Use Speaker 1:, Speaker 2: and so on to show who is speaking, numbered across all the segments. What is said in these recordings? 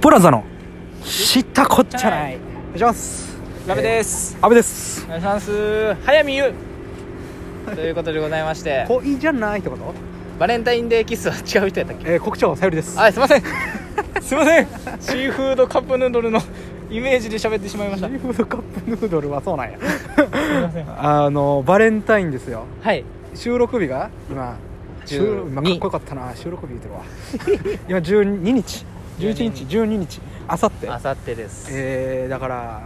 Speaker 1: プラザの知ったこっちゃないお願いします
Speaker 2: ラブです、
Speaker 1: 阿部です
Speaker 2: お願いします早見優ということでございまして
Speaker 1: 恋じゃないってこと、
Speaker 2: バレンタインデーキスは違う人やったっけ
Speaker 1: えー、国長さゆりです
Speaker 2: あすいませんすいませんシーフードカップヌードルのイメージで喋ってしまいまし
Speaker 1: シ
Speaker 2: た
Speaker 1: ーフードカップヌードルはそうなんや
Speaker 2: ません
Speaker 1: あのバレンタインですよ
Speaker 2: はい
Speaker 1: 収録日が今収録今かっこよかったな収録日言うてるわ今12日11日12日あさって
Speaker 2: あさってです、
Speaker 1: えー、だから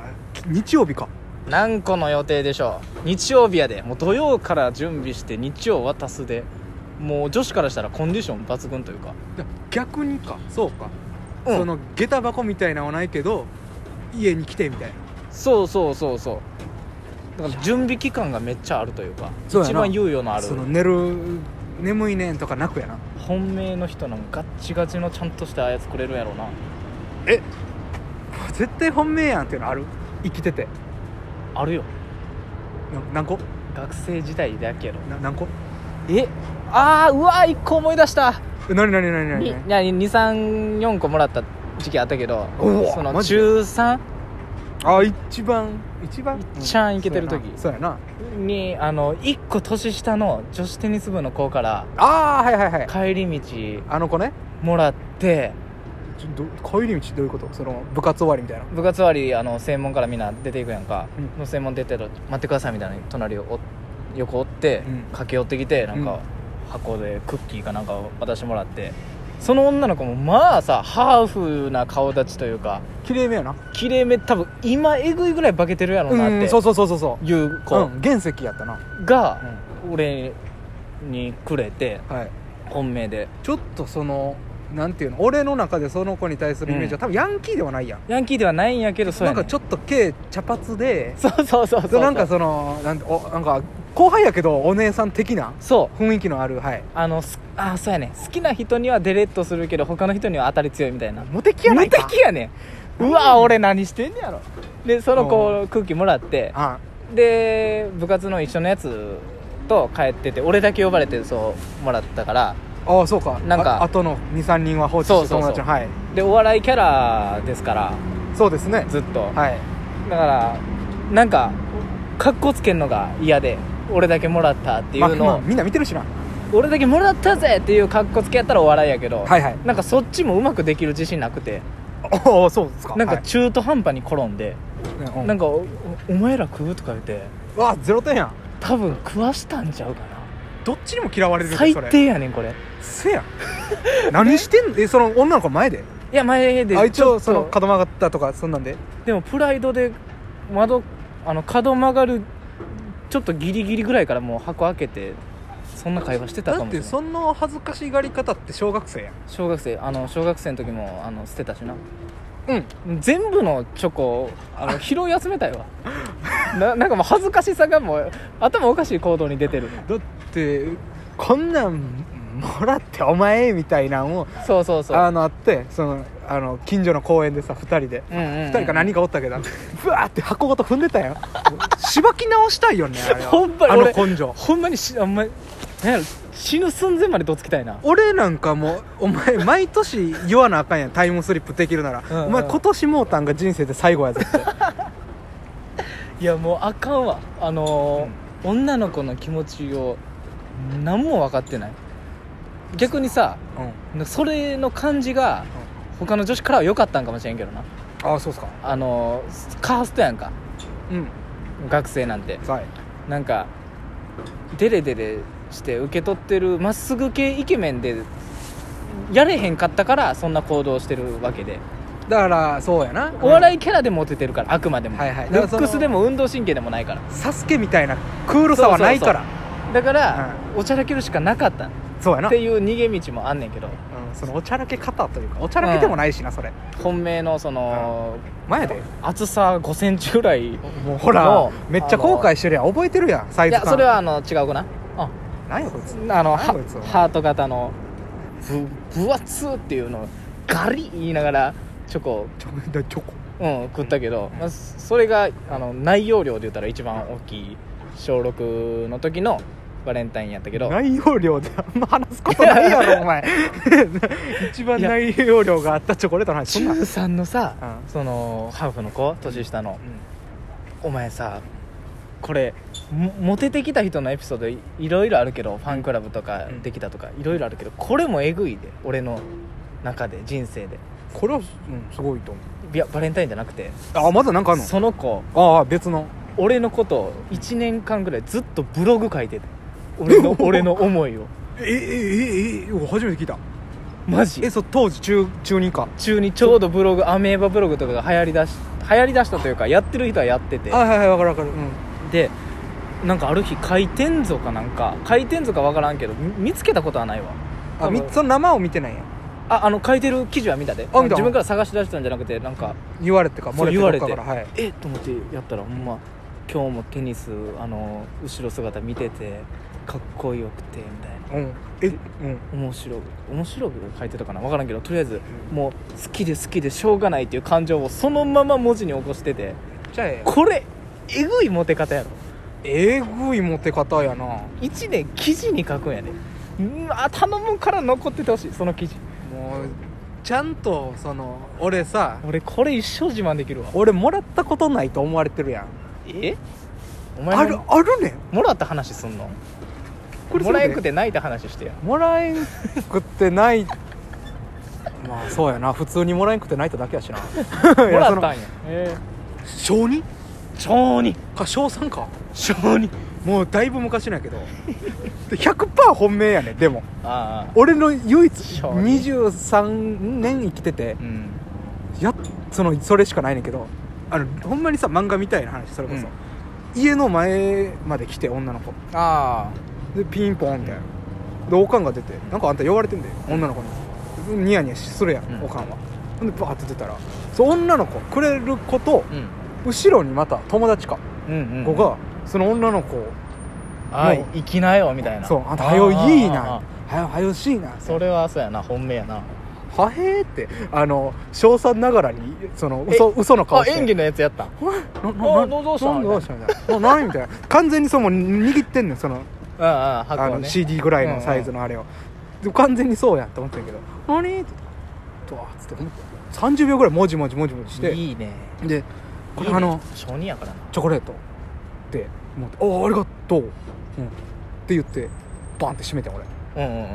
Speaker 1: 日曜日か
Speaker 2: 何個の予定でしょう日曜日やでもう土曜から準備して日曜渡すでもう女子からしたらコンディション抜群というか
Speaker 1: いや逆にかそうか、
Speaker 2: うん
Speaker 1: その下駄箱みたいなのはないけど家に来てみたいな
Speaker 2: そうそうそうそうだから準備期間がめっちゃあるというか
Speaker 1: そうやな
Speaker 2: 一番猶予のある
Speaker 1: その寝る眠いねんとかなくやな
Speaker 2: 本命の人のガッチガチのちゃんとしたやつくれるんやろうな
Speaker 1: 絶対本命やんっていうのある生きてて
Speaker 2: あるよ
Speaker 1: な何個
Speaker 2: 学生時代だけど
Speaker 1: な何個
Speaker 2: えあーうわー1個思い出した
Speaker 1: え何何何何何
Speaker 2: 234個もらった時期あったけど
Speaker 1: おお
Speaker 2: そ
Speaker 1: マ
Speaker 2: の
Speaker 1: ジで
Speaker 2: 中 3?
Speaker 1: あ一番一番
Speaker 2: 一番いけてる時
Speaker 1: そうやな
Speaker 2: にあの1個年下の女子テニス部の子から
Speaker 1: ああーはいはいはい
Speaker 2: 帰り道
Speaker 1: あの子ね
Speaker 2: もらって
Speaker 1: ちょど帰り道どういうことその部活終わりみたいな
Speaker 2: 部活終わりあの正門からみんな出ていくやんか、
Speaker 1: うん
Speaker 2: の正門出てる待ってくださいみたいな隣をお横追って、
Speaker 1: うん
Speaker 2: 駆け寄ってきてなん
Speaker 1: うん
Speaker 2: か箱でクッキーかなんかを渡してもらってその女の子もまあさハーフな顔立ちというか
Speaker 1: 綺麗めやな
Speaker 2: 綺麗め多分今えぐいぐらい化けてるやろうなっ
Speaker 1: うん
Speaker 2: て
Speaker 1: そうそうそうそうそ
Speaker 2: いう
Speaker 1: うう
Speaker 2: 子
Speaker 1: ん原石やったな
Speaker 2: が
Speaker 1: う
Speaker 2: 俺にくれて
Speaker 1: んはい
Speaker 2: 本命で
Speaker 1: ちょっとそのなんていうの俺の中でその子に対するイメージは、
Speaker 2: うん
Speaker 1: 多分ヤンキーではないやん
Speaker 2: ヤンキーではないんやけどそう
Speaker 1: な
Speaker 2: や
Speaker 1: ん
Speaker 2: ね
Speaker 1: かちょっと毛茶髪で
Speaker 2: そうそうそうそう
Speaker 1: なんかそのなんておなんか後輩やけどお姉さん的な
Speaker 2: そう
Speaker 1: 雰囲気のあるはい
Speaker 2: あのすあそうやね好きな人にはデレッとするけど他の人には当たり強いみたいな
Speaker 1: 無敵やないか
Speaker 2: 無敵やねんうわ俺何してんねやろでその子空気もらって
Speaker 1: あ
Speaker 2: で部活の一緒のやつと帰ってて俺だけ呼ばれてそうもらったから
Speaker 1: ああそうか
Speaker 2: なんか
Speaker 1: ああとの23人は放置して
Speaker 2: そ
Speaker 1: 友
Speaker 2: うそうそう
Speaker 1: 達のはい
Speaker 2: でお笑いキャラですから
Speaker 1: そうですね
Speaker 2: ずっと
Speaker 1: はい
Speaker 2: だからなんかかっこつけんのが嫌で俺だけもらったっていう
Speaker 1: まあ
Speaker 2: の
Speaker 1: まあ
Speaker 2: を
Speaker 1: みんな見てるしな
Speaker 2: 俺だけもらったぜっていうかっこつけやったらお笑いやけど
Speaker 1: はいはい
Speaker 2: なんかそっちもうまくできる自信なくて
Speaker 1: ああそうですか
Speaker 2: なんか
Speaker 1: はい
Speaker 2: 中途半端に転んで
Speaker 1: うん
Speaker 2: なんかお「お前ら食う?」とか言って
Speaker 1: うわゼロ点やん
Speaker 2: 多分食わしたんちゃうか
Speaker 1: どっちにも嫌われ
Speaker 2: な
Speaker 1: るで
Speaker 2: 最
Speaker 1: それ
Speaker 2: 低やねんこれ
Speaker 1: せやん 何してんのえその女の子前で
Speaker 2: いや前で
Speaker 1: あ一
Speaker 2: ちょ
Speaker 1: 応
Speaker 2: っ
Speaker 1: その
Speaker 2: と
Speaker 1: 角曲がったとかそんなんで
Speaker 2: でもプライドで窓あの角曲がるちょっとギリギリぐらいからもう箱開けてそんな会話してた
Speaker 1: だ
Speaker 2: か
Speaker 1: っ
Speaker 2: もしれ
Speaker 1: て
Speaker 2: ない
Speaker 1: その恥ずかしがり方って小学生やん
Speaker 2: 小学生あの小学生の時もあの捨てたしな
Speaker 1: うん
Speaker 2: 全部のチョコを あの拾い集めたよななんかもう恥ずかしさがもう頭おかしい行動に出てる
Speaker 1: だってこんなんもらってお前みたいなんを
Speaker 2: そうそうそう
Speaker 1: あのあってそのあの近所の公園でさ2人で
Speaker 2: うんうんうん
Speaker 1: 2人か何人かおったけどブワーって箱ごと踏んでたよしばき直したいよねあれは
Speaker 2: ほんまに
Speaker 1: あの
Speaker 2: 俺
Speaker 1: 根性
Speaker 2: ほんまにしあんまなんやろ死ぬ寸前までどつきたいな
Speaker 1: 俺なんかもうお前毎年言わなあかんやんタイムスリップできるなら
Speaker 2: うんうん
Speaker 1: お前今年もうたんが人生で最後やぞっ て
Speaker 2: いやもうあかんわあのー女の子の気持ちを何も分かってない逆にさ
Speaker 1: うん
Speaker 2: それの感じが他の女子からは良かったんかもしれんけどな
Speaker 1: ああそうっすか
Speaker 2: あのーカーストやんか
Speaker 1: うん
Speaker 2: 学生なんて
Speaker 1: はい
Speaker 2: なんかデレデレして受け取ってるまっすぐ系イケメンでやれへんかったからそんな行動してるわけで
Speaker 1: だからそうやな
Speaker 2: お笑いキャラでモテてるからあくまでも、
Speaker 1: はいはいだ
Speaker 2: ル
Speaker 1: からそ
Speaker 2: ッ
Speaker 1: の
Speaker 2: クスでも運動神経でもないから
Speaker 1: いサスケみたいなクールさはないから
Speaker 2: だから、おちゃらけるしかなかったっ
Speaker 1: そうやな
Speaker 2: ていう逃げ道もあんねんけど
Speaker 1: うんそのおちゃらけ方というかおちゃらけでもないしなそれ
Speaker 2: 本命のその、
Speaker 1: 前で
Speaker 2: 厚さ5センチぐらいい
Speaker 1: もうほら
Speaker 2: もう
Speaker 1: めっちゃ後悔してるやん覚えてるやんサイズ
Speaker 2: や
Speaker 1: 感
Speaker 2: それはあの違うかなあ
Speaker 1: 何やこいつ
Speaker 2: あのは
Speaker 1: 何こいつ
Speaker 2: ハート型のぶ分厚っていうのをガリ言いながらチョコを、
Speaker 1: ちょだチョコ
Speaker 2: うん、食ったけど、まあ、それがあの内容量で言ったら一番大きい小6の時のバレンタインやったけど
Speaker 1: 内容量であんま話すことないや ろお前一番 内容量があったチョコレートの話そんなん、うん、
Speaker 2: 中さんのさ、そのハーフの子年下の、お前さこれもモテてきた人のエピソードいいろいろあるけどファンクラブとか
Speaker 1: うん
Speaker 2: できたとかいろいろあるけどこれもえぐいで俺の中で人生で
Speaker 1: これは、うん、すごいと思
Speaker 2: いやバレンタインじゃなくて
Speaker 1: うあまだなんかあんの
Speaker 2: その子
Speaker 1: ああ別の
Speaker 2: 俺のことを1年間ぐらいずっとブログ書いてて 俺の俺の思いを
Speaker 1: えええええ初めて聞いた
Speaker 2: マジ
Speaker 1: えそう当時中中2か
Speaker 2: 中にちょうどブログアメーバブログとかが流行りだし流行りだしたというかやってる人はやってて
Speaker 1: あはいはいわかるわかるうん
Speaker 2: でなんかある日回転像かなんか回転像か分からんけどみ見つけたことはないわ
Speaker 1: あみ
Speaker 2: 多分
Speaker 1: その生を見てないんや
Speaker 2: ああの書いてる記事は見たで
Speaker 1: あ見た
Speaker 2: 自分から探し出したんじゃなくてなんか
Speaker 1: 言われてか
Speaker 2: そ
Speaker 1: 漏
Speaker 2: う
Speaker 1: れて
Speaker 2: 言われて
Speaker 1: どっかからはい
Speaker 2: えっと思ってやったらほんま今日もテニスあの後ろ姿見ててかっこよくてみたい
Speaker 1: う
Speaker 2: な
Speaker 1: んえうん
Speaker 2: 面白い面白く書いてたかな分からんけどとりあえずもう好きで好きでしょうがないっていう感情をそのまま文字に起こしてて
Speaker 1: じゃあえ
Speaker 2: これえぐいモテ方やろ
Speaker 1: えぐいモテ方やな
Speaker 2: 1年記事に書くんやねうんあ頼むから残っててほしいその記事
Speaker 1: もうちゃんとその俺さ
Speaker 2: 俺これ一生自慢できるわ
Speaker 1: 俺もらったことないと思われてるやん
Speaker 2: えお前
Speaker 1: あるあるねん
Speaker 2: もらった話すんの
Speaker 1: これ
Speaker 2: もらえん
Speaker 1: そ
Speaker 2: く
Speaker 1: れ
Speaker 2: て泣いた話してや
Speaker 1: もらえんくってない まあそうやな普通にもらえんくて 泣いただけやしな
Speaker 2: も
Speaker 1: いや
Speaker 2: ら
Speaker 1: そ
Speaker 2: っ
Speaker 1: の
Speaker 2: たんやえ
Speaker 1: 小 2?
Speaker 2: え小2
Speaker 1: か小3か
Speaker 2: 小2
Speaker 1: もうだいぶ昔なんやけど で100%本命やねでも
Speaker 2: ああ
Speaker 1: 俺の唯一
Speaker 2: 小二
Speaker 1: 23年生きてて
Speaker 2: うん
Speaker 1: やっそのそれしかないねんけどあのほんまにさ漫画みたいな話それこそ、家の前まで来て女の子
Speaker 2: あ
Speaker 1: でピンポンみたいな、でおかんが出て「なんかあんた呼ばれてんで女の子に」ニヤニヤするやん、
Speaker 2: うん
Speaker 1: おかんはほんでバーって出たらそう女の子くれる子と
Speaker 2: あうん
Speaker 1: 後ろにまた友達か、
Speaker 2: うんうん
Speaker 1: 子がその女の子を
Speaker 2: あ
Speaker 1: もう
Speaker 2: 生きなよみたいな
Speaker 1: そうあんたはよいい
Speaker 2: あーあー
Speaker 1: な
Speaker 2: あ
Speaker 1: はよはよしいな
Speaker 2: ーそれはそうやな本命やな
Speaker 1: はへーってあの称賛ながらにその
Speaker 2: え
Speaker 1: 嘘嘘の顔
Speaker 2: あ
Speaker 1: して
Speaker 2: 演技のやつやった
Speaker 1: なな
Speaker 2: あ
Speaker 1: な
Speaker 2: どうどうした
Speaker 1: などうしたみたいなな何みたいな完全にそうもう握ってんねんその
Speaker 2: うんうん
Speaker 1: あ
Speaker 2: 箱を
Speaker 1: の
Speaker 2: ね
Speaker 1: CD ぐらいのサイズのあれを、で完全にそうやんと思ってんけど「何?」ってドワーッつって30秒ぐらいもじもじもじもじして
Speaker 2: いいね
Speaker 1: で「これ
Speaker 2: いいね
Speaker 1: あの
Speaker 2: 小児やからな
Speaker 1: チョコレート」って思って「おおありがとう」うん、って言ってバンって閉めてん俺
Speaker 2: うんうんうんう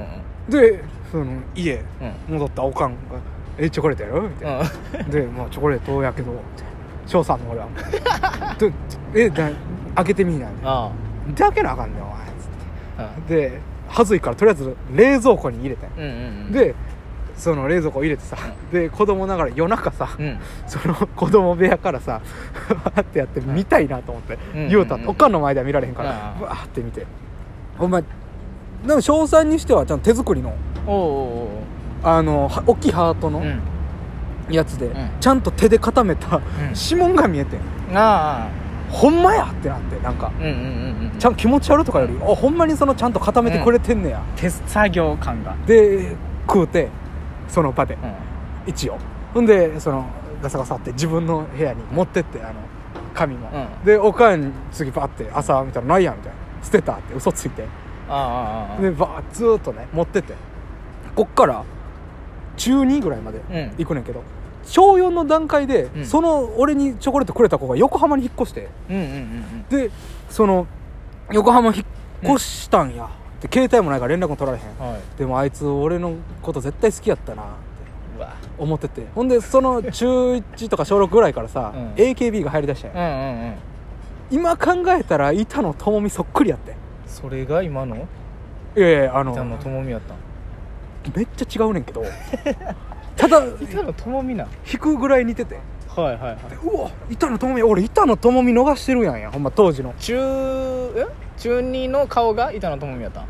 Speaker 2: ん
Speaker 1: でその家
Speaker 2: うん
Speaker 1: 戻ったおかんが「えチョコレートやろ?」みたいな。で、まあ、チョコレートやけど、翔さんの俺は。でえ、だ開けてみいな。
Speaker 2: あ
Speaker 1: で、開けなあかんねん、お前。つっ
Speaker 2: あ
Speaker 1: てで、はずいから、とりあえず冷蔵庫に入れてん。
Speaker 2: うんうんうん
Speaker 1: で、その冷蔵庫入れてさ、で、子供ながら夜中さ、
Speaker 2: うん
Speaker 1: その子供部屋からさ、わーってやって見たいなと思って、
Speaker 2: うん
Speaker 1: 言うたと、
Speaker 2: うん
Speaker 1: おかんの前では見られへんから、
Speaker 2: うん
Speaker 1: わーって見て。お前、でも、翔さんにしては、ちゃんと手作りの、
Speaker 2: おうおう
Speaker 1: あの、は大きいハート
Speaker 2: おう
Speaker 1: の
Speaker 2: うんうん
Speaker 1: やつで、
Speaker 2: ん
Speaker 1: ちゃんと手で固めた、指紋が見えてん
Speaker 2: ああ
Speaker 1: ほんまやってなってなんか
Speaker 2: うんうんうんうん
Speaker 1: ちゃんと気持ち悪とかよりあほんまにそのちゃんと固めてくれてんねや、
Speaker 2: 手作業感が
Speaker 1: で食うてその場で
Speaker 2: うん
Speaker 1: 一応ほんでそのガサガサって自分の部屋に持ってってあの紙も、
Speaker 2: うん
Speaker 1: でおかん次バーって朝見たらないやんみたいな捨てたって嘘ついて
Speaker 2: ああああ
Speaker 1: でバーッずーっとね持ってってこっから中2ぐらいまで
Speaker 2: うん
Speaker 1: 行くねんけど、小4の段階で、
Speaker 2: うん
Speaker 1: その俺にチョコレートくれた子が横浜に引っ越して
Speaker 2: うんうんうん
Speaker 1: でその横浜引っ越したんや、で携帯もないから連絡も取られへん
Speaker 2: うんはい
Speaker 1: でもあいつ俺のこと絶対好きやったなって
Speaker 2: うわ
Speaker 1: 思っててほんでその中1とか小6ぐらいからさ、
Speaker 2: うん
Speaker 1: AKB が入りだしたん
Speaker 2: う
Speaker 1: や、
Speaker 2: んうんうん
Speaker 1: 今考えたら板野友美そっくりやって
Speaker 2: それが今の
Speaker 1: いやいやあの
Speaker 2: 板野友美やったん
Speaker 1: めっちゃ違うねんけどただ
Speaker 2: 板野友美な
Speaker 1: 引くぐらい似てて
Speaker 2: はいはいはい
Speaker 1: でうわ板野友美俺板野友美逃してるやんやほんま当時の
Speaker 2: 中え中二の顔が板野友美やったん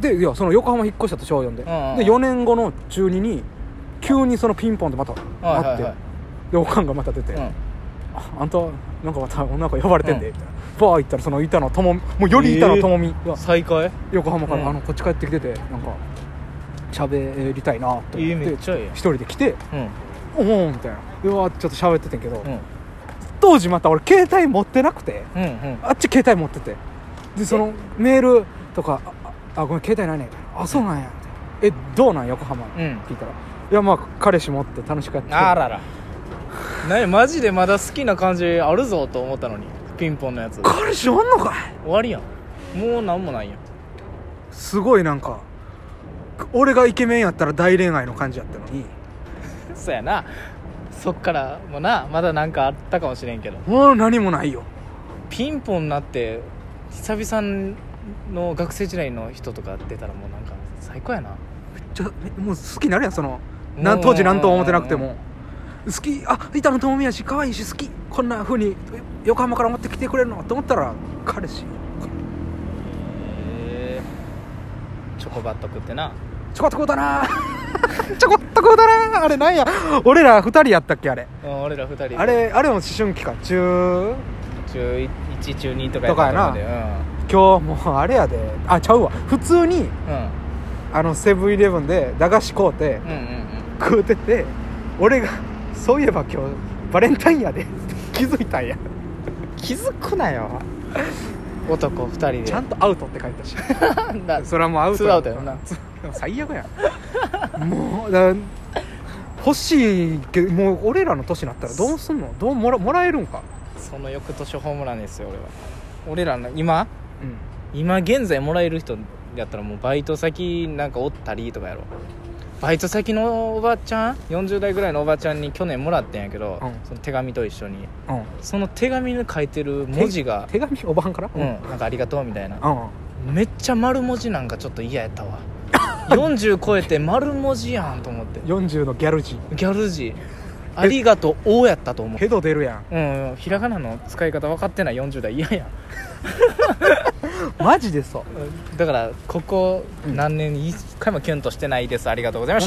Speaker 1: でいやその横浜引っ越したと小4で、
Speaker 2: うんうん
Speaker 1: で4年後の中2に急にそのピンポンでまた
Speaker 2: はい
Speaker 1: あ
Speaker 2: は
Speaker 1: っ
Speaker 2: い
Speaker 1: て、
Speaker 2: はい
Speaker 1: でおかんがまた出て、
Speaker 2: うん
Speaker 1: ああんたなんかまた女の子呼ばれてんで、
Speaker 2: うん
Speaker 1: みたいなバー行ったらその板野友美もうより板野友美が
Speaker 2: 再会
Speaker 1: 横浜から、
Speaker 2: うん
Speaker 1: あのこっち帰ってきててなんか喋りたいなと
Speaker 2: いい
Speaker 1: 思って
Speaker 2: めっ
Speaker 1: 一
Speaker 2: ちゃいいやん
Speaker 1: 人で来て
Speaker 2: う
Speaker 1: 「
Speaker 2: ん
Speaker 1: おお」みたいなでわーってちょっと喋っててんけど、
Speaker 2: うん
Speaker 1: 当時また俺携帯持ってなくて
Speaker 2: うんうん
Speaker 1: あっち携帯持っててでそのメールとか「ああごめん携帯ないねん」あそうなんや」みたいな「えどうなん横浜」って
Speaker 2: うん
Speaker 1: 聞いたら「いやまあ彼氏持って楽しかったけど」
Speaker 2: あらら何マジでまだ好きな感じあるぞと思ったのにピンポンのやつ終
Speaker 1: 彼氏おんのかい
Speaker 2: わりやんもう何もないやん
Speaker 1: すごいなんか俺がイケメンやったら大恋愛の感じやったのに
Speaker 2: そやなそっからもなまだなんかあったかもしれんけど
Speaker 1: もう何もないよ
Speaker 2: ピンポンになって久々の学生時代の人とか出たらもうなんか最高やな
Speaker 1: めっちゃえもう好きになるやんそのなん当時何とも思ってなくても好きあ板野友美やし可愛いし好きこんなふうに横浜から持ってきてくれるのと思ったら彼氏
Speaker 2: へえチョコバット食ってな
Speaker 1: ちょこっとこうだな ちょこっとこうだなあれなんや俺ら二人やったっけあれ
Speaker 2: うん俺ら二人で
Speaker 1: あれあれも思春期か中
Speaker 2: 中1中2とか
Speaker 1: とかやな
Speaker 2: と思う
Speaker 1: 今日もうあれやであちゃうわ普通に
Speaker 2: でうん
Speaker 1: あのセブンイレブンで駄菓子買うて
Speaker 2: うんうんうんうん
Speaker 1: 食うてて俺がそういえば今日バレンタインやで って気づいたんや
Speaker 2: 気づくなよ男二人で
Speaker 1: ちゃんとアウトって書いたし
Speaker 2: だ
Speaker 1: それはもうアウト
Speaker 2: ツーアウトやな
Speaker 1: 最悪やんもうだ欲しいけどもう俺らの年になったらどうすんのどうもらもらえるんか
Speaker 2: その翌年ホームランですよ俺は俺らの今
Speaker 1: うん
Speaker 2: 今現在もらえる人やったらもうバイト先なんかおったりとかやろバイト先のおばちゃん40代ぐらいのおばちゃんに去年もらってんやけど、
Speaker 1: うん
Speaker 2: その手紙と一緒に
Speaker 1: うん
Speaker 2: その手紙に書いてる文字が
Speaker 1: 手紙おばはんから
Speaker 2: うん、なんかありがとうみたいな
Speaker 1: うんうん
Speaker 2: めっちゃ丸文字なんかちょっと嫌やったわ40超えて丸文字やんと思って
Speaker 1: 40のギャル人
Speaker 2: ギャル字ありがとうおやったと思う
Speaker 1: ヘド出るやん
Speaker 2: うんうんひらがなの使い方分かってない40代嫌やん
Speaker 1: マジでそう
Speaker 2: だからここ
Speaker 1: うん
Speaker 2: 何年に一回もキュンとしてないですありがとうございました